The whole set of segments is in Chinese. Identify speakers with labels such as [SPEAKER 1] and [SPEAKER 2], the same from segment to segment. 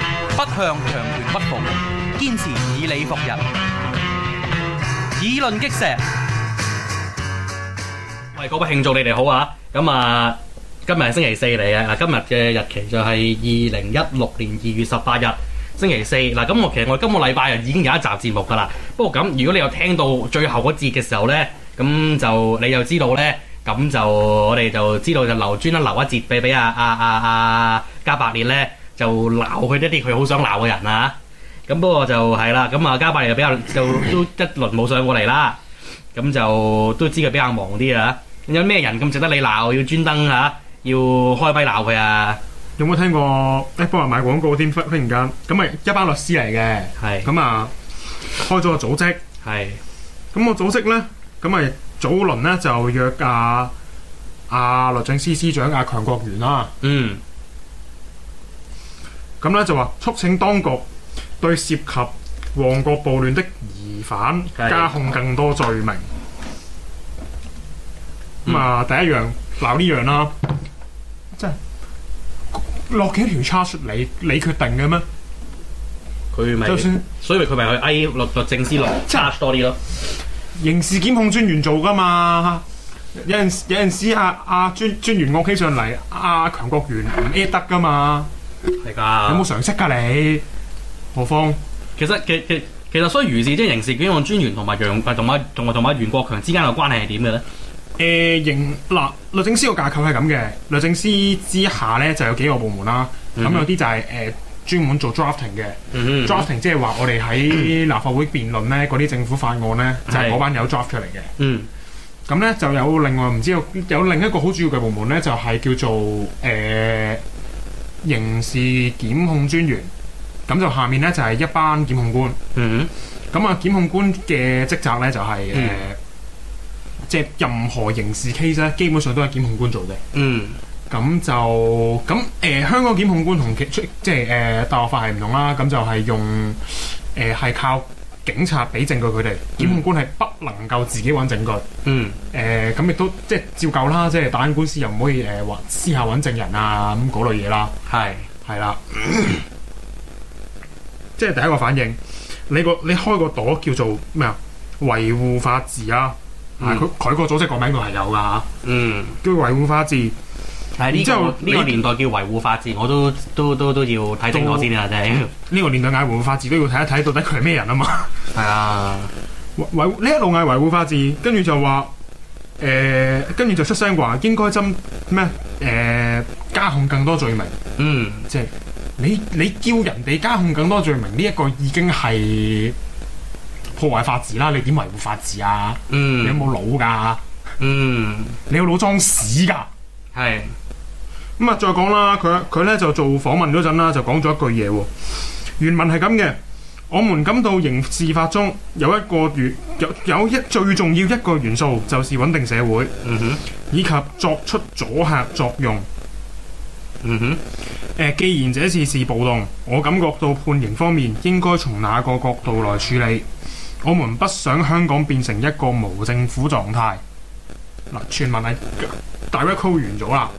[SPEAKER 1] 向強權屈服，堅持以理服人，以論擊石。
[SPEAKER 2] 喂，各位慶祝你哋好啊！咁啊，今日係星期四嚟啊嘅，嗱，今日嘅日期就係二零一六年二月十八日。星期四嗱，咁我其實我今個禮拜啊已經有一集節目㗎啦。不過咁，如果你有聽到最後嗰節嘅時候呢，咁就你就知道呢，咁就我哋就知道就留專登留一節俾俾啊阿阿阿阿啊加百列呢，就鬧佢一啲佢好想鬧嘅人啊。咁不過就係啦，咁啊加百列就比較就都一輪冇上過嚟啦。咁就都知佢比較忙啲啊。有咩人咁值得你鬧？要專登嚇，要開咪鬧佢啊？
[SPEAKER 3] 有冇聽過 Apple 啊人買廣告添？忽忽然間咁咪一班律師嚟嘅，
[SPEAKER 2] 係
[SPEAKER 3] 咁啊開咗個組織，
[SPEAKER 2] 係
[SPEAKER 3] 咁個組織咧咁咪早輪咧就約啊啊律政司司長啊強國元啦，
[SPEAKER 2] 嗯
[SPEAKER 3] 咁咧就話促請當局對涉及旺角暴亂的疑犯
[SPEAKER 2] 係
[SPEAKER 3] 加控更多罪名。咁啊、第一樣鬧呢樣啦，即係落幾條 charge 你你決定嘅咩？
[SPEAKER 2] 佢咪
[SPEAKER 3] 就算
[SPEAKER 2] 所以咪佢咪去 A 律律政司落 charge 多啲咯。
[SPEAKER 3] 刑事檢控專員做噶嘛。有陣時有陣時啊啊專專員我 K 上嚟，啊強國元唔 A 得噶嘛？
[SPEAKER 2] 係
[SPEAKER 3] 有
[SPEAKER 2] 㗎。
[SPEAKER 3] 冇常識㗎你？何況
[SPEAKER 2] 其實其其其實所以如是即係刑事檢控專員同埋楊同埋同埋同埋袁國強之間嘅關係係點嘅咧？
[SPEAKER 3] 誒刑嗱律政司個架構係咁嘅，律政司之下咧就有幾個部門啦。咁、
[SPEAKER 2] 嗯哼
[SPEAKER 3] 有啲就係、誒、專門做 drafting 嘅、
[SPEAKER 2] 嗯
[SPEAKER 3] drafting，即係話我哋喺立法會辯論咧嗰啲政府法案咧，就
[SPEAKER 2] 係
[SPEAKER 3] 係、嗰班友 draft 出嚟嘅。
[SPEAKER 2] 嗯
[SPEAKER 3] 咁咧就有另外唔知有有另一個好主要嘅部門咧，就係、叫做誒、刑事檢控專員。咁就下面咧就係、一班檢控官。
[SPEAKER 2] 嗯
[SPEAKER 3] 咁啊，檢控官嘅職責咧就係、誒、
[SPEAKER 2] 嗯
[SPEAKER 3] 即係任何刑事 case 咧，基本上都係檢控官做嘅。
[SPEAKER 2] 嗯
[SPEAKER 3] 咁就咁誒、香港檢控官同其出即係誒、呃大學法係唔同啦。咁就係用誒係、靠警察俾證據佢哋，檢控官係不能夠自己揾證據。
[SPEAKER 2] 嗯
[SPEAKER 3] 誒呃咁亦都即係照舊啦，即係打緊官司又唔可以誒揾、私下揾證人啊咁嗰類嘢啦。
[SPEAKER 2] 係
[SPEAKER 3] 係啦， 即係第一個反應，你個你開個朵叫做咩啊？維護法治啊！啊，
[SPEAKER 2] 嗯
[SPEAKER 3] 佢佢個組織個名佢係有噶嚇，
[SPEAKER 2] 嗯。
[SPEAKER 3] 叫維護法治。
[SPEAKER 2] 但係呢
[SPEAKER 3] 然之後
[SPEAKER 2] 個呢個
[SPEAKER 3] 你
[SPEAKER 2] 年代叫維護法治，我都都都都要睇清楚先啊！真係
[SPEAKER 3] 呢個年代嗌維護法治都要睇一睇到底佢係咩人啊嘛。
[SPEAKER 2] 係啊，
[SPEAKER 3] 維維呢一路嗌維護法治，跟住就話誒，呃跟、住就出聲話應該針咩誒、呃加控更多罪名。
[SPEAKER 2] 嗯
[SPEAKER 3] 即係你你叫人哋加控更多罪名，呢、一個已經係破壞法治啦！你點維護法治啊？你有
[SPEAKER 2] 嗯
[SPEAKER 3] 冇腦㗎？
[SPEAKER 2] 嗯，
[SPEAKER 3] 你有腦裝屎㗎？
[SPEAKER 2] 係
[SPEAKER 3] 咁啊，再講啦，佢佢咧就做訪問嗰陣啦，就講咗一句嘢喎。原文係咁嘅：我們感到刑事法中有一個元有有一最重要一個元素，就是穩定社會，
[SPEAKER 2] 嗯哼
[SPEAKER 3] 以及作出阻嚇作用。
[SPEAKER 2] 嗯哼。
[SPEAKER 3] 誒，既然這次是暴動，我感覺到判刑方面應該從哪個角度來處理？我們不想香港變成一個無政府狀態。嗱，全文係大 r e c a l 完咗啦。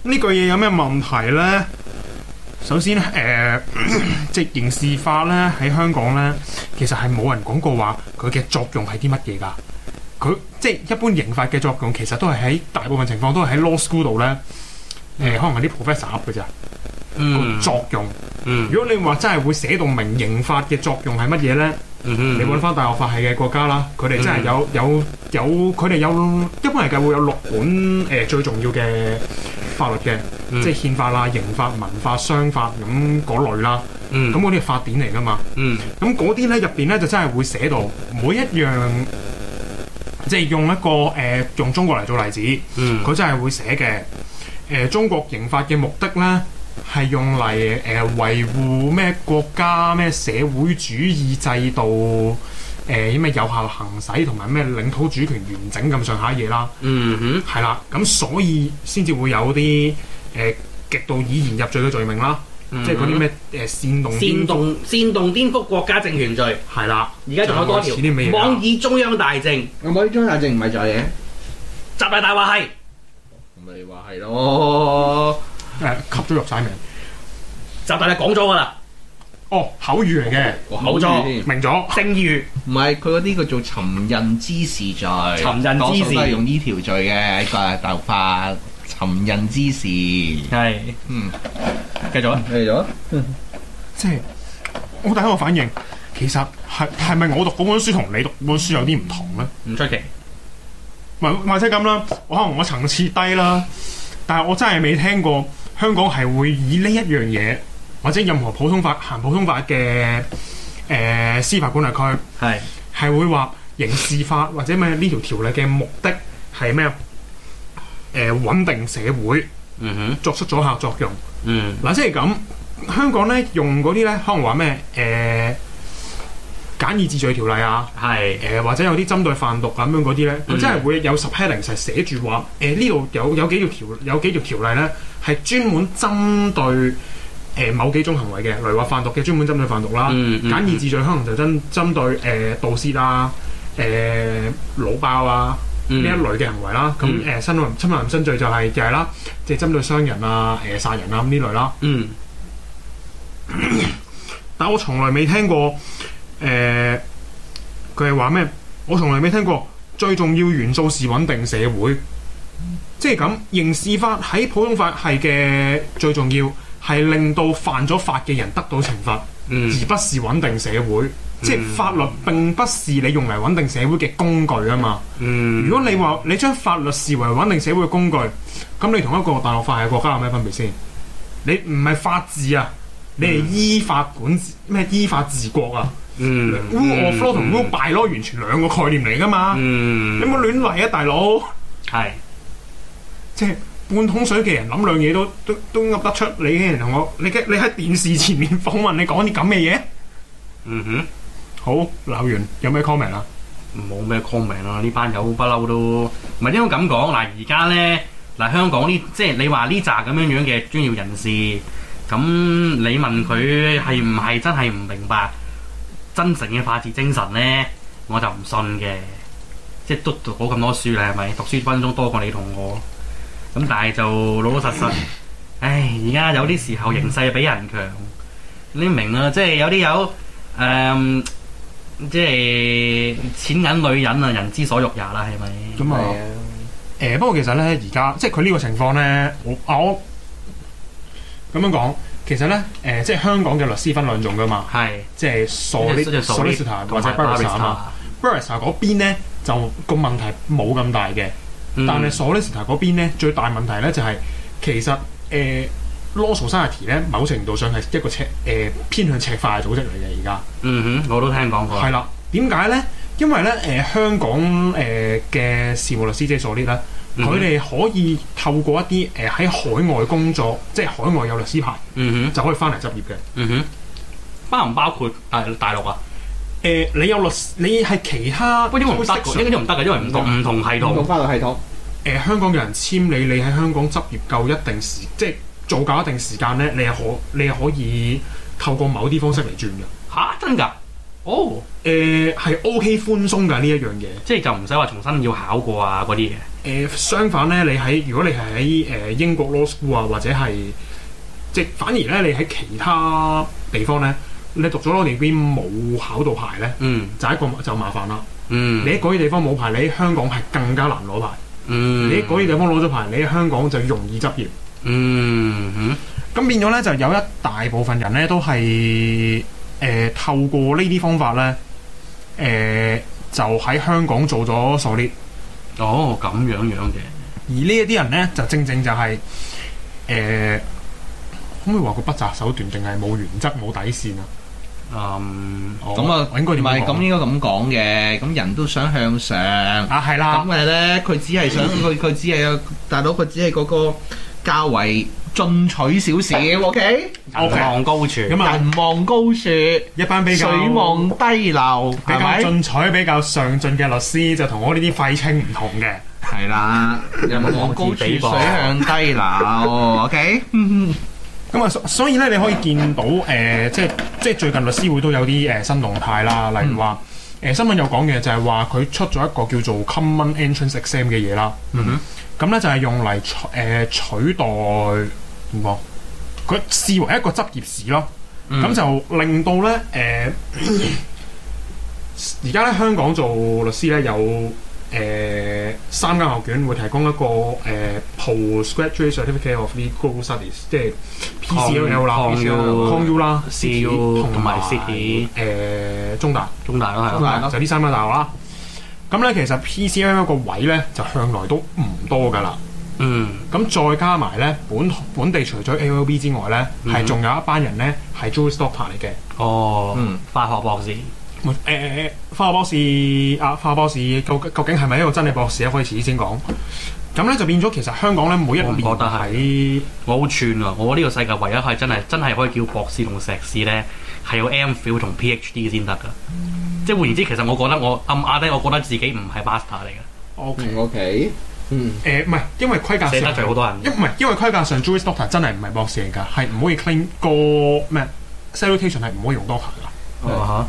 [SPEAKER 3] 呢句嘢有咩問題呢？首先，誒、 即係刑事法呢，喺香港呢，其實係冇人講過話佢嘅作用係啲乜嘢㗎。佢即係一般刑法嘅作用，其實都係喺大部分情況都係喺 law school 度呢，誒、可能係啲 professor 噏嘅咋。個
[SPEAKER 2] 嗯
[SPEAKER 3] 作用。
[SPEAKER 2] 嗯
[SPEAKER 3] 如果你話真係會寫到明刑法嘅作用係乜嘢咧，
[SPEAKER 2] 嗯
[SPEAKER 3] 你揾翻大學法系嘅國家啦，佢哋真係有有有，佢哋有一般嚟計會有六本誒、呃最重要嘅法律嘅，
[SPEAKER 2] 嗯
[SPEAKER 3] 即係憲法啦、刑法、民法、商法咁嗰類啦。
[SPEAKER 2] 嗯
[SPEAKER 3] 咁嗰啲係法典嚟噶嘛，
[SPEAKER 2] 嗯
[SPEAKER 3] 咁嗰啲咧入邊咧就真係會寫到每一樣。即係用一個誒、呃用中國嚟做例子，
[SPEAKER 2] 嗯
[SPEAKER 3] 佢真係會寫嘅。誒、中國刑法嘅目的咧，係用嚟誒、呃、維護咩國家咩社會主義制度誒咩、有效行使同埋咩領土主權完整咁上下嘢啦，
[SPEAKER 2] 嗯哼
[SPEAKER 3] 係啦，咁所以先至會有啲誒、呃、極度以言入罪嘅罪名啦，
[SPEAKER 2] 嗯
[SPEAKER 3] 即係嗰啲咩誒煽動
[SPEAKER 2] 煽動煽動顛覆國家政權罪，
[SPEAKER 3] 係啦，
[SPEAKER 2] 而家仲有多
[SPEAKER 3] 就類似啲咩
[SPEAKER 2] 條
[SPEAKER 3] 嘢啊
[SPEAKER 2] 妄
[SPEAKER 3] 啦
[SPEAKER 2] 議中央大政，
[SPEAKER 4] 有冇啲中大證唔係在嘅？
[SPEAKER 2] 習大大話係
[SPEAKER 4] 咪話係咯，
[SPEAKER 3] 呃誒吸咗入晒名，
[SPEAKER 2] 習大大講咗㗎啦，
[SPEAKER 3] 哦，口語嚟嘅，
[SPEAKER 4] 哦
[SPEAKER 3] 冇
[SPEAKER 4] 口語
[SPEAKER 3] 錯，
[SPEAKER 4] 添
[SPEAKER 3] 明咗。
[SPEAKER 2] 正義
[SPEAKER 4] 唔係佢嗰啲叫做尋釁滋事罪，
[SPEAKER 2] 尋釁滋事
[SPEAKER 4] 多數都係用呢條罪嘅個大陸法尋釁滋事。
[SPEAKER 2] 係
[SPEAKER 4] 嗯，
[SPEAKER 2] 繼續啊，
[SPEAKER 4] 嚟咗
[SPEAKER 3] 即係我第一個反應，其實係係咪我讀嗰本書同你讀本書有啲唔同咧？
[SPEAKER 2] 唔出奇。
[SPEAKER 3] 或或者咁啦，我可能我層次低啦，但係我真係未聽過香港係會以呢一樣嘢或者任何普通法行普通法嘅誒、呃司法管轄區
[SPEAKER 2] 係
[SPEAKER 3] 係會話刑事法或者咩呢條條例嘅目的係咩啊？誒、穩定社會，
[SPEAKER 2] 嗯哼，
[SPEAKER 3] 作出阻嚇作用。
[SPEAKER 2] 嗯
[SPEAKER 3] 嗱，即係咁，香港咧用嗰啲咧，可能話咩誒簡易治罪條例啊，
[SPEAKER 2] 係
[SPEAKER 3] 誒、或者有啲針對販毒啊咁樣嗰啲咧，佢
[SPEAKER 2] 嗯
[SPEAKER 3] 真係會有 subheading 就係寫住話誒呢度有有幾條條有幾條條例咧係專門針對誒、某幾種行為嘅，例如話販毒嘅專門針對販毒啦，
[SPEAKER 2] 嗯嗯
[SPEAKER 3] 簡易治罪可能就針針對誒、盜竊啊、誒、老爆啊。
[SPEAKER 2] 嗯
[SPEAKER 3] 呢一類嘅行為啦，咁
[SPEAKER 2] 嗯
[SPEAKER 3] 誒新聞侵犯新罪就係、就係、啦，即係針對傷人啊、誒、殺人啊咁呢類啦。
[SPEAKER 2] 嗯
[SPEAKER 3] 但我從來未聽過誒，佢係話咩？我從來未聽過最重要元素是穩定社會，即係咁刑事法喺普通法系嘅最重要係令到犯咗法嘅人得到懲罰，
[SPEAKER 2] 嗯
[SPEAKER 3] 而不是穩定社會。即係法律並不是你用嚟穩定社會嘅工具啊嘛。
[SPEAKER 2] 嗯，
[SPEAKER 3] 如果你話你將法律視為穩定社會嘅工具，咁你同一個大陸法系嘅國家有咩分別先？你唔係法治啊，你係依法管治咩？依法治國啊
[SPEAKER 2] 嗯
[SPEAKER 3] ，rule of law 同 rule by law 完全兩個概念嚟噶嘛？
[SPEAKER 2] 嗯
[SPEAKER 3] 你冇亂嚟啊，大佬！
[SPEAKER 2] 係
[SPEAKER 3] 即係半桶水嘅人諗兩嘢都都都噏得出，你竟然同我你嘅你喺電視前面訪問，你講啲咁嘅嘢，
[SPEAKER 2] 嗯哼。
[SPEAKER 3] 好鬧完有咩 comment 啊？
[SPEAKER 2] 冇咩 comment 啦，呢班友不嬲都唔係應該咁講。嗱，而家咧嗱，香港呢即係你話呢扎咁樣樣嘅專業人士，咁你問佢係唔係真係唔明白真誠嘅法治精神咧？我就唔信嘅。即係都讀過咁多書啦，係咪？讀書分分鐘多過你同我。咁但係就老老實實，唉，而家有啲時候形勢比人強，你明啦，即係有啲有誒。即係錢銀女人啊，人之所欲也啦，係咪？
[SPEAKER 3] 咁啊
[SPEAKER 4] 係。啊
[SPEAKER 3] 誒、呃不過其實咧，而家即係佢呢個情況咧，我啊我咁樣講，其實咧誒、即係香港嘅律師分兩種噶嘛，
[SPEAKER 2] 係
[SPEAKER 3] 即係
[SPEAKER 2] 即係
[SPEAKER 3] solic-
[SPEAKER 2] solicitor
[SPEAKER 3] solicitor
[SPEAKER 2] 同
[SPEAKER 3] 或者
[SPEAKER 2] 埋
[SPEAKER 3] barrister 啊嘛
[SPEAKER 2] barrister
[SPEAKER 3] ，barrister 嗰邊咧就個問題冇咁大嘅，
[SPEAKER 2] 嗯
[SPEAKER 3] 但係 solicitor 嗰邊咧最大問題咧就係、其實誒、law 呃 society 咧某程度上係一個赤誒、呃偏向赤化嘅組織嚟嘅而家。
[SPEAKER 2] 嗯哼，我都聽講過。
[SPEAKER 3] 係啦，點解咧？因為咧，誒、香港誒嘅、事務律師即係所啲咧，
[SPEAKER 2] 嗯
[SPEAKER 3] 佢哋、可以透過一啲誒喺海外工作，即係海外有律師牌，
[SPEAKER 2] 嗯哼，
[SPEAKER 3] 就可以翻嚟執業嘅。
[SPEAKER 2] 嗯哼，包唔包括大大陸啊？
[SPEAKER 3] 誒、你有律師，你係其他
[SPEAKER 2] 不過呢個唔得
[SPEAKER 3] 灰
[SPEAKER 2] 㗎，
[SPEAKER 3] 色
[SPEAKER 2] 呢個唔得㗎，因為唔
[SPEAKER 3] 嗯
[SPEAKER 2] 同唔同
[SPEAKER 3] 啊
[SPEAKER 2] 系
[SPEAKER 4] 用
[SPEAKER 2] 統。
[SPEAKER 4] 翻個系統，
[SPEAKER 3] 誒香港有人簽你，你喺香港執業夠一定時，即係做夠一定時間咧，你係可你係可以透過某啲方式嚟轉嘅。
[SPEAKER 2] 吓？真㗎？哦，
[SPEAKER 3] 誒、係 OK 寬鬆㗎呢一樣嘢。
[SPEAKER 2] 即係就唔使話重新要考過啊嗰啲嘅。
[SPEAKER 3] 誒、呃相反咧，你喺如果你係喺誒英國 law school 啊，或者係即係反而咧，你喺其他地方咧，你讀咗 law degree 冇考到牌咧，
[SPEAKER 2] 嗯
[SPEAKER 3] 就一個就麻煩啦。
[SPEAKER 2] 嗯，
[SPEAKER 3] 你喺嗰啲地方冇牌，你喺香港係更加難攞牌。
[SPEAKER 2] 嗯
[SPEAKER 3] 你喺嗰啲地方攞咗牌，你喺香港就容易執業。
[SPEAKER 2] 嗯哼
[SPEAKER 3] 咁變咗咧，就有一大部分人咧都係誒、呃透過呢啲方法咧，誒、就喺香港做咗 s o
[SPEAKER 2] 哦咁樣樣嘅。
[SPEAKER 3] 而呢一啲人咧，就正正就係、呃可唔可以話佢不擇手段，定係冇原則、冇底線啊？哦
[SPEAKER 2] 嗯，
[SPEAKER 4] 咁啊，
[SPEAKER 3] 我應該點
[SPEAKER 4] 唔係
[SPEAKER 3] 講
[SPEAKER 4] 咁應該咁講嘅，咁人都想向上。
[SPEAKER 3] 啊，係
[SPEAKER 4] 咁
[SPEAKER 3] 啦，
[SPEAKER 4] 嘅咧，佢只 係想佢佢只係有大佬，佢只係嗰個較為進取少少，OK？
[SPEAKER 2] 人
[SPEAKER 3] OK
[SPEAKER 2] 望高處。
[SPEAKER 3] 咁啊，
[SPEAKER 4] 人望高處，水
[SPEAKER 3] 一班比較
[SPEAKER 4] 望低流，
[SPEAKER 3] 比較
[SPEAKER 4] 係咪？
[SPEAKER 3] 進取、比較上進嘅律師，就同我呢啲廢青唔同嘅。
[SPEAKER 4] 係啦，人望高處，水向低流，OK？
[SPEAKER 3] 咁啊，所所以咧，你可以見到誒、呃即係即係最近律師會都有啲誒、呃新動態
[SPEAKER 2] 嗯
[SPEAKER 3] 啦，例如話誒、呃新聞有講嘅就係話佢出咗一個叫做 Common Entrance Exam 嘅嘢啦。
[SPEAKER 2] 嗯哼
[SPEAKER 3] 咁咧就係用嚟取誒、取代點講？佢視為一個執業試咯。
[SPEAKER 2] 嗯
[SPEAKER 3] 咁就令到咧誒， 而家咧香港做律師咧有誒、呃三間學院會提供一個誒、呃 postgraduate certificate of legal studies，即係 PCL 啦、
[SPEAKER 2] Con-
[SPEAKER 3] PCL ConU 啦、
[SPEAKER 2] CU 同埋 City
[SPEAKER 3] 誒中大。
[SPEAKER 2] 中大咯係
[SPEAKER 4] 中
[SPEAKER 2] 啊，
[SPEAKER 4] 大咯
[SPEAKER 3] 就呢三間大學啦。咁咧，其實 PCM 個位咧就向來都唔多噶啦。
[SPEAKER 2] 嗯
[SPEAKER 3] 咁再加埋咧，本本地除咗 AOB 之外咧，
[SPEAKER 2] 嗯
[SPEAKER 3] 係仲有一班人咧係 Juris Doctor 嚟嘅。
[SPEAKER 2] 哦
[SPEAKER 4] 嗯，
[SPEAKER 2] 化學博士
[SPEAKER 3] 誒、誒化學博士啊，化學博士究究竟係咪一個真嘅博士咧？開始先講。咁咧就變咗，其實香港咧每一
[SPEAKER 2] 我唔
[SPEAKER 3] 年
[SPEAKER 2] 覺得係
[SPEAKER 3] 喺
[SPEAKER 2] 我好串啊！我呢個世界唯一係真係真係可以叫博士同碩士咧，係有 M Phil 同 PhD 先得㗎。即係換言之，其實我覺得我暗啞咧，我覺得自己唔係 master 嚟嘅，
[SPEAKER 3] 我
[SPEAKER 4] 嗯，OK，嗯，
[SPEAKER 3] 誒唔係，因為規格
[SPEAKER 2] 寫得
[SPEAKER 3] 上
[SPEAKER 2] 罪好多人
[SPEAKER 3] 因。唔係因為規格上 Juris Doctor 真係唔係博士嚟㗎，係唔可以 claim 個咩 salutation 係唔可以用 Doctor 㗎。
[SPEAKER 2] 啊哈！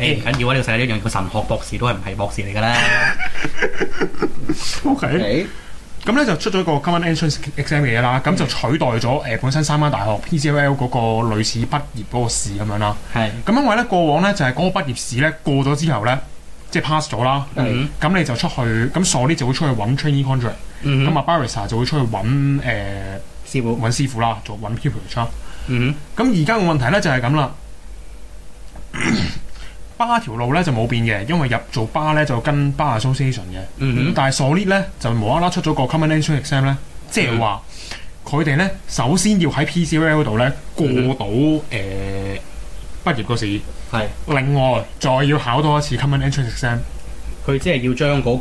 [SPEAKER 2] 誒唔緊要啊！呢個世界一樣，個神學博士都係唔係博士嚟㗎啦。
[SPEAKER 3] O K。
[SPEAKER 4] OK，
[SPEAKER 3] 咁咧就出咗個 Common Entrance Exam 嘅嘢啦，咁就取代咗誒、呃本身三間大學 PCL 嗰個類似畢業嗰個試咁樣啦。
[SPEAKER 2] 係
[SPEAKER 3] 咁因為咧過往咧就係、嗰個畢業試咧過咗之後咧，即係 pass 咗啦，
[SPEAKER 2] 嗯
[SPEAKER 3] 咁你就出去，咁 s 啲就會出去揾 training contract，
[SPEAKER 2] 嗯
[SPEAKER 3] 咁
[SPEAKER 2] 哼
[SPEAKER 3] 啊 barrister 就會出去揾誒
[SPEAKER 2] 師傅
[SPEAKER 3] 揾師傅啦，做揾 pupil 啦。
[SPEAKER 2] 嗯
[SPEAKER 3] 咁而家個問題咧就係咁啦。巴條路咧就冇變嘅，因為入做巴咧就跟巴 association 嘅。
[SPEAKER 2] 哼嗯哼
[SPEAKER 3] 但係 Solid 咧就無啦啦出咗個 common entrance exam 咧，即係話佢哋咧首先要喺 PCL 度咧過到誒、畢業個試，
[SPEAKER 2] 係。
[SPEAKER 3] 另外再要考多一次 common entrance exam。
[SPEAKER 2] 佢即係要將嗰、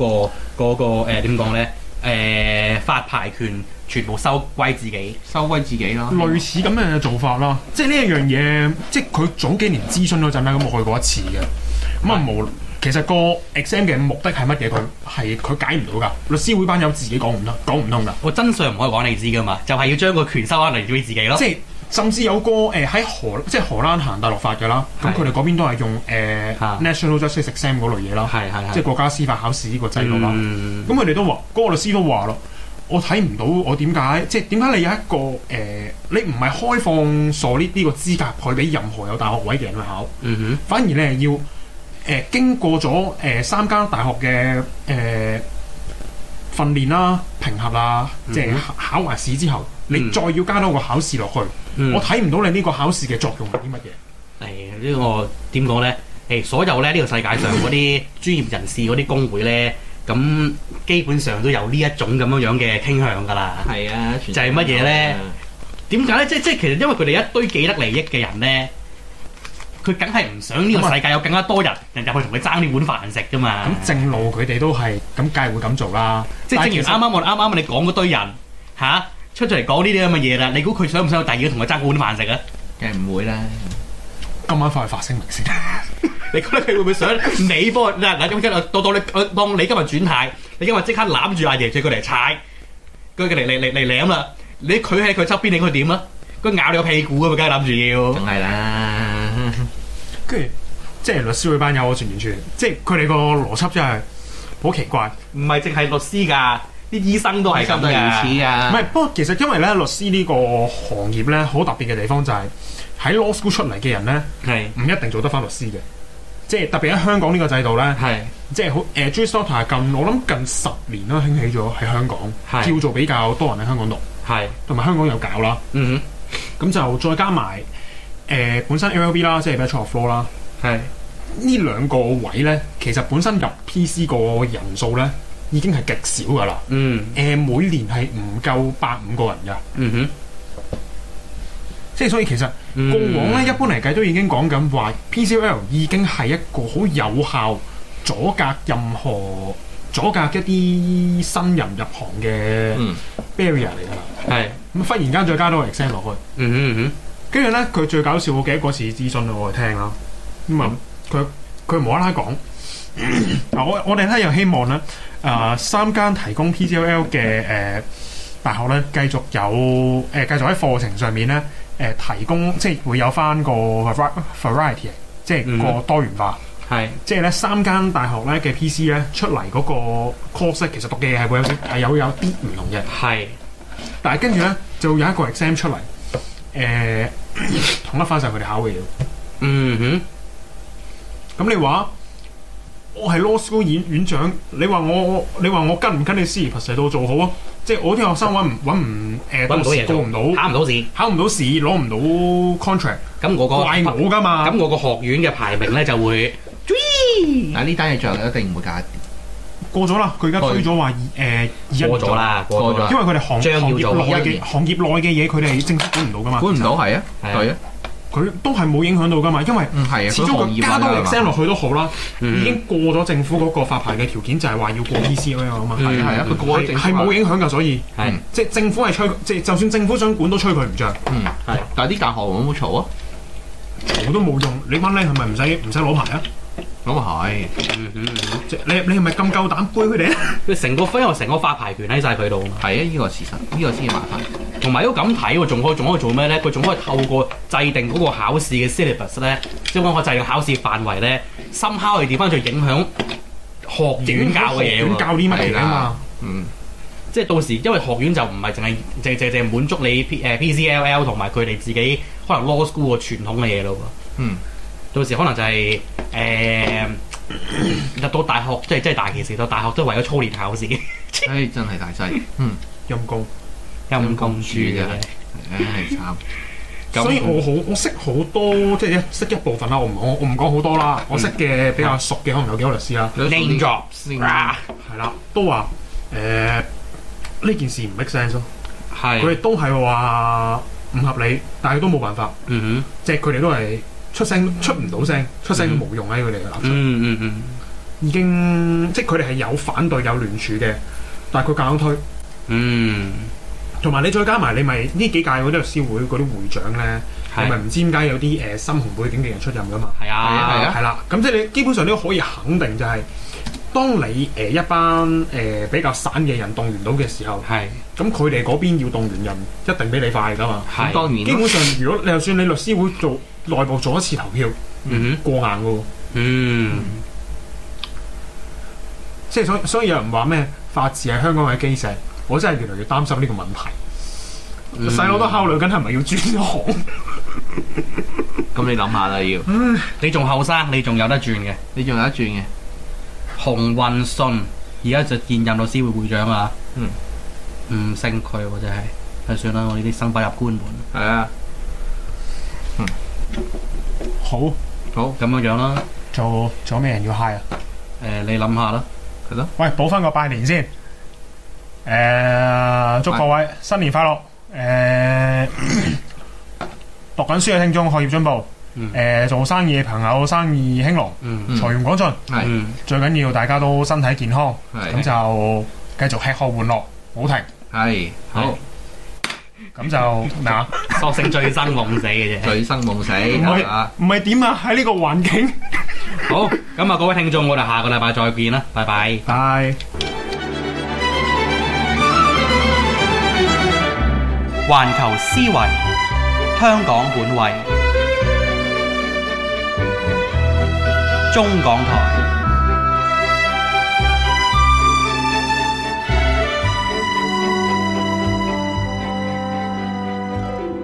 [SPEAKER 2] 個嗰、個誒點講咧誒發牌權全部收歸自己。
[SPEAKER 4] 收歸自己咯，
[SPEAKER 3] 類似咁樣嘅做法啦，即係呢一樣嘢，即係佢早幾年諮詢嗰陣咧，咁我去過一次嘅。咁啊
[SPEAKER 2] 係
[SPEAKER 3] 無，其實個 exam 嘅目的係乜嘢？佢係佢解唔到㗎。律師會班友自己講唔得，講唔通㗎。
[SPEAKER 2] 我真相唔可以講你知㗎嘛，就係、要將個權收翻嚟俾自己咯
[SPEAKER 3] 即。係甚至有個誒喺、荷即係荷蘭行大陸法嘅啦，咁
[SPEAKER 2] 係
[SPEAKER 3] 佢哋嗰邊都係用誒、
[SPEAKER 2] 嚇
[SPEAKER 3] national justice exam 嗰類嘢啦，
[SPEAKER 2] 係係
[SPEAKER 3] 即係
[SPEAKER 2] 係。
[SPEAKER 3] 國家司法考試呢個制度啦。
[SPEAKER 2] 嗯
[SPEAKER 3] 咁佢哋都話，嗰、個律師都話咯，我睇唔到我點解，即係點解你有一個誒、你唔係開放 s o l i 呢個資格去俾任何有大學位嘅人去考，
[SPEAKER 2] 嗯
[SPEAKER 3] 反而你係要誒、呃經過咗誒、三間大學嘅誒、呃訓練啦、評核啦，即係
[SPEAKER 2] 嗯
[SPEAKER 3] 考完試之後，你
[SPEAKER 2] 嗯
[SPEAKER 3] 再要加多個考試落去。
[SPEAKER 2] 哼，嗯
[SPEAKER 3] 我睇唔到你呢個考試嘅作用係啲乜嘢。
[SPEAKER 2] 誒呢個點講咧？誒所有咧呢、個世界上嗰啲專業人士嗰啲工會咧，咁基本上都有呢一種咁樣樣嘅傾向㗎啦。
[SPEAKER 4] 係啊，
[SPEAKER 2] 就係乜嘢咧點解咧？即即其實因為佢哋一堆既得利益嘅人咧，佢梗係唔想呢個世界有更加多人人入去同佢爭呢碗飯食噶嘛。
[SPEAKER 3] 咁正路佢哋都係咁，梗係會咁做啦。
[SPEAKER 2] 即正
[SPEAKER 3] 但係
[SPEAKER 2] 如啱
[SPEAKER 3] 其實
[SPEAKER 2] 啱我哋啱啱你講嗰堆人吓、出咗嚟講呢啲咁嘅嘢啦，你估佢想唔想有第二個同佢爭碗飯食啊？
[SPEAKER 4] 梗係唔會啦，
[SPEAKER 3] 今晚翻去發聲明先。
[SPEAKER 2] 你覺得佢會唔會想你幫嗱嗱咁跟到到你當你今日轉態，你今日即刻攬住阿爺嘴佢嚟踩，佢嚟嚟嚟嚟舐啦！你佢喺佢側邊，你佢點啊？佢咬你個屁股啊嘛，梗係諗住要
[SPEAKER 4] 梗。係啦，
[SPEAKER 3] 跟住即係律師會班友，我完完全即係佢哋個邏輯真係好奇怪。
[SPEAKER 2] 唔係淨係律師㗎，啲醫生都係咁
[SPEAKER 4] 都係如
[SPEAKER 2] 㗎。
[SPEAKER 4] 此
[SPEAKER 3] 唔
[SPEAKER 4] 啊，
[SPEAKER 3] 係，不過其實因為咧，律師呢個行業咧，好特別嘅地方就係喺 law school 出嚟嘅人咧，
[SPEAKER 2] 係
[SPEAKER 3] 唔一定做得翻律師嘅。即係特別喺香港呢個制度咧，
[SPEAKER 2] 係
[SPEAKER 3] 即係好誒 j u r i s d o c t o r 近我諗近十年啦，興起咗喺香港，
[SPEAKER 2] 係
[SPEAKER 3] 叫做比較多人喺香港讀，
[SPEAKER 2] 係，
[SPEAKER 3] 同埋香港有搞啦。
[SPEAKER 2] 嗯
[SPEAKER 3] 咁就再加埋誒、呃本身 LLB 啦，即係 Bachelor of Law 啦，
[SPEAKER 2] 哼，係
[SPEAKER 3] 呢兩個位咧，其實本身入 PC 個人數咧已經係極少噶啦。
[SPEAKER 2] 嗯
[SPEAKER 3] 誒、每年係唔夠百五個人噶，
[SPEAKER 2] 嗯
[SPEAKER 3] 即係所以其實
[SPEAKER 2] 哼，
[SPEAKER 3] 過往咧、
[SPEAKER 2] 一
[SPEAKER 3] 一般嚟計都已經講緊話 PCL 已經係一個好有效阻隔任何阻隔一啲新人入行嘅
[SPEAKER 4] 嗯
[SPEAKER 3] barrier 嚟㗎啦。
[SPEAKER 2] 係
[SPEAKER 3] 咁忽然間再加多個 exam 落去。
[SPEAKER 2] 嗯哼嗯
[SPEAKER 3] 跟住咧，佢最搞笑，我記得嗰次諮詢我哋聽啦。咁啊，佢佢無啦啦講， 嗱我我哋咧又希望咧，誒、三間提供 PCL 嘅誒大學咧，繼續有誒、繼續喺課程上面咧，誒、提供即係會有翻個 vari- variety，即係個
[SPEAKER 2] 嗯
[SPEAKER 3] 多元化。
[SPEAKER 2] 哼，係
[SPEAKER 3] 即係咧三間大學咧嘅 PC 咧出嚟嗰個 course 呢其實讀嘅嘢係會有少係有有啲唔同嘅。
[SPEAKER 2] 係
[SPEAKER 3] 但係跟住咧就有一個 exam 出嚟，誒、 誒統一翻晒佢哋考嘅嘢。
[SPEAKER 2] 嗯哼，
[SPEAKER 3] 咁你話我係 law school 院院長，你話我我你話我跟唔跟你 C plus 到做好啊？即係我啲學生揾唔揾唔誒，
[SPEAKER 2] 揾唔到嘢
[SPEAKER 3] 過
[SPEAKER 2] 做，
[SPEAKER 3] 唔到，
[SPEAKER 2] 考唔到試，
[SPEAKER 3] 考唔到試，攞唔到 contract，
[SPEAKER 2] 咁我個
[SPEAKER 3] 怪我㗎嘛
[SPEAKER 2] 咁。我個學院嘅排名咧就會
[SPEAKER 4] 但係呢單嘢最後一定唔會搞掂。
[SPEAKER 3] 過咗啦，佢而家推咗話誒二一
[SPEAKER 2] 過咗，啦，過咗
[SPEAKER 4] 過
[SPEAKER 2] 啦
[SPEAKER 4] 咗
[SPEAKER 3] 因
[SPEAKER 4] 啦。
[SPEAKER 3] 為佢哋行
[SPEAKER 2] 將要
[SPEAKER 3] 行業
[SPEAKER 2] 做
[SPEAKER 3] 內
[SPEAKER 4] 一
[SPEAKER 3] 嘅
[SPEAKER 4] 年
[SPEAKER 3] 行業內嘅嘢，佢哋正式管唔到噶嘛，
[SPEAKER 4] 管唔到係啊，
[SPEAKER 2] 係啊
[SPEAKER 4] 對啊，
[SPEAKER 3] 佢都係冇影響到噶嘛，因為
[SPEAKER 4] 嗯係啊，
[SPEAKER 3] 始
[SPEAKER 4] 佢
[SPEAKER 3] 終
[SPEAKER 4] 行
[SPEAKER 3] 佢
[SPEAKER 4] 業
[SPEAKER 3] 加多
[SPEAKER 4] 嚟
[SPEAKER 3] Excel 落去都好啦，
[SPEAKER 2] 嗯
[SPEAKER 3] 已經過咗政府嗰個發牌嘅條件，就係話要過 ECL 啊嘛，
[SPEAKER 4] 係啊係啊，佢過咗
[SPEAKER 3] 係
[SPEAKER 4] 政
[SPEAKER 3] 係冇影響㗎，所以嗯
[SPEAKER 2] 係
[SPEAKER 3] 即係政府係吹，即係就算政府想管都吹佢唔着，
[SPEAKER 4] 嗯
[SPEAKER 2] 係
[SPEAKER 4] 係。但係啲大學有冇嘈啊？
[SPEAKER 3] 我都冇用。你班僆係咪唔使唔使攞牌啊？
[SPEAKER 4] 咁啊係，
[SPEAKER 2] 嗯哼，嗯哼
[SPEAKER 3] 即係你你係咪咁夠膽背佢哋啊？
[SPEAKER 2] 佢成個分又成個發牌權喺晒佢度啊嘛。
[SPEAKER 4] 係啊，呢個事實，呢個先係麻煩。
[SPEAKER 2] 同埋都咁睇喎，仲可以仲可以做咩咧？佢仲可以透過制定嗰個考試嘅 syllabus 咧，即係講個制定考試範圍咧，深敲嚟調翻去影響學院教嘅嘢
[SPEAKER 3] 短
[SPEAKER 2] 喎。
[SPEAKER 3] 教啲乜嘢啊嘛？
[SPEAKER 4] 嗯，
[SPEAKER 2] 即係到時，因為學院就唔係淨係淨淨淨滿足你 P 誒 PCLL 同埋佢哋自己可能 law school 個傳統嘅嘢咯喎。
[SPEAKER 4] 嗯。
[SPEAKER 2] 到時可能就係、誒入到大學，即係即係大件事。到大學都係為咗操練考試，
[SPEAKER 4] 唉，真係大劑，嗯，
[SPEAKER 3] 陰公。
[SPEAKER 2] 陰公
[SPEAKER 4] 豬
[SPEAKER 2] 豬
[SPEAKER 4] 真
[SPEAKER 2] 嘅
[SPEAKER 4] 係。唉，
[SPEAKER 2] Dạ.
[SPEAKER 4] 慘。咁
[SPEAKER 3] 所以
[SPEAKER 2] Oh,
[SPEAKER 3] 我好我識好多，即係一識一部分啦。我唔我我唔講好多
[SPEAKER 4] 嗯
[SPEAKER 3] 啦，我識嘅比較熟嘅可能有幾個律師啦，
[SPEAKER 2] Name
[SPEAKER 4] Ừ.
[SPEAKER 2] drops 啊，
[SPEAKER 3] 係啦，都話誒呢件事唔 make sense 咯。佢
[SPEAKER 2] 係，
[SPEAKER 3] 哋都係話唔合理，但係都冇辦法，
[SPEAKER 2] 嗯哼，
[SPEAKER 3] 即係佢哋都係出聲出唔到聲，出聲都冇用喺佢哋嘅立場。
[SPEAKER 2] 嗯嗯嗯
[SPEAKER 3] 已經即係佢哋係有反對有聯署嘅，但係佢夾硬推。
[SPEAKER 2] 嗯，
[SPEAKER 3] 同埋你再加埋你咪呢幾屆嗰啲律師會嗰啲會長咧，你咪
[SPEAKER 2] 係
[SPEAKER 3] 唔知點解有啲誒、呃深紅背景嘅人出任噶嘛？
[SPEAKER 2] 係
[SPEAKER 4] 係
[SPEAKER 2] 啊，
[SPEAKER 4] 啊
[SPEAKER 3] 係啦，咁即係你基本上都可以肯定就係、當你誒、呃一班誒、呃比較散嘅人動員到嘅時候，
[SPEAKER 2] 係
[SPEAKER 3] 咁佢哋嗰邊要動員人一定比你快㗎嘛。
[SPEAKER 4] 咁
[SPEAKER 2] 係，
[SPEAKER 4] 當然
[SPEAKER 3] 基
[SPEAKER 4] 啦，
[SPEAKER 3] 本上，如果你就算你律師會做內部做一次投票
[SPEAKER 2] 嗯哼，
[SPEAKER 3] 過硬㗎喎，
[SPEAKER 2] 嗯，
[SPEAKER 3] 即係所以所以有人話咩法治係香港嘅基石，我真係越嚟越擔心呢個問題。
[SPEAKER 2] 嗯
[SPEAKER 3] 細佬都考慮緊係咪要轉行。
[SPEAKER 4] 咁你諗下啦，要
[SPEAKER 2] 你仲後生，你仲有得轉嘅。
[SPEAKER 4] 你仲有一轉嘅，
[SPEAKER 2] 洪運信而家就現任律師會會長啊，
[SPEAKER 4] 嗯，
[SPEAKER 2] 唔升佢喎真係，係算啦，我呢啲生不入官門
[SPEAKER 4] 係啊，
[SPEAKER 3] 好，
[SPEAKER 4] 好
[SPEAKER 2] 咁樣樣啦。
[SPEAKER 3] 做做咩人要 high 啊？
[SPEAKER 2] 誒、你諗下啦，
[SPEAKER 4] 係咯，
[SPEAKER 3] 喂，補翻個拜年先。誒、祝各位新年快樂。誒、 讀緊書嘅聽眾學業進步。誒、
[SPEAKER 2] 嗯
[SPEAKER 3] 做生意嘅朋友生意興隆，
[SPEAKER 2] 嗯
[SPEAKER 4] 嗯
[SPEAKER 3] 財源廣進。
[SPEAKER 4] 係
[SPEAKER 2] 嗯，
[SPEAKER 3] 最緊要大家都身體健康，咁
[SPEAKER 4] 係
[SPEAKER 3] 就繼續吃喝玩樂，冇停。
[SPEAKER 4] 係好，
[SPEAKER 3] 咁就嗱，
[SPEAKER 2] 索性醉生夢死嘅啫。
[SPEAKER 4] 醉生夢死
[SPEAKER 3] 唔
[SPEAKER 4] 係
[SPEAKER 3] 係
[SPEAKER 4] 啊，
[SPEAKER 3] 唔係點啊？喺呢個環境，
[SPEAKER 2] 好，咁啊，各位聽眾，我哋下個禮拜再見啦，拜拜。
[SPEAKER 3] 係。
[SPEAKER 1] 環球思維，香港本位，中港台。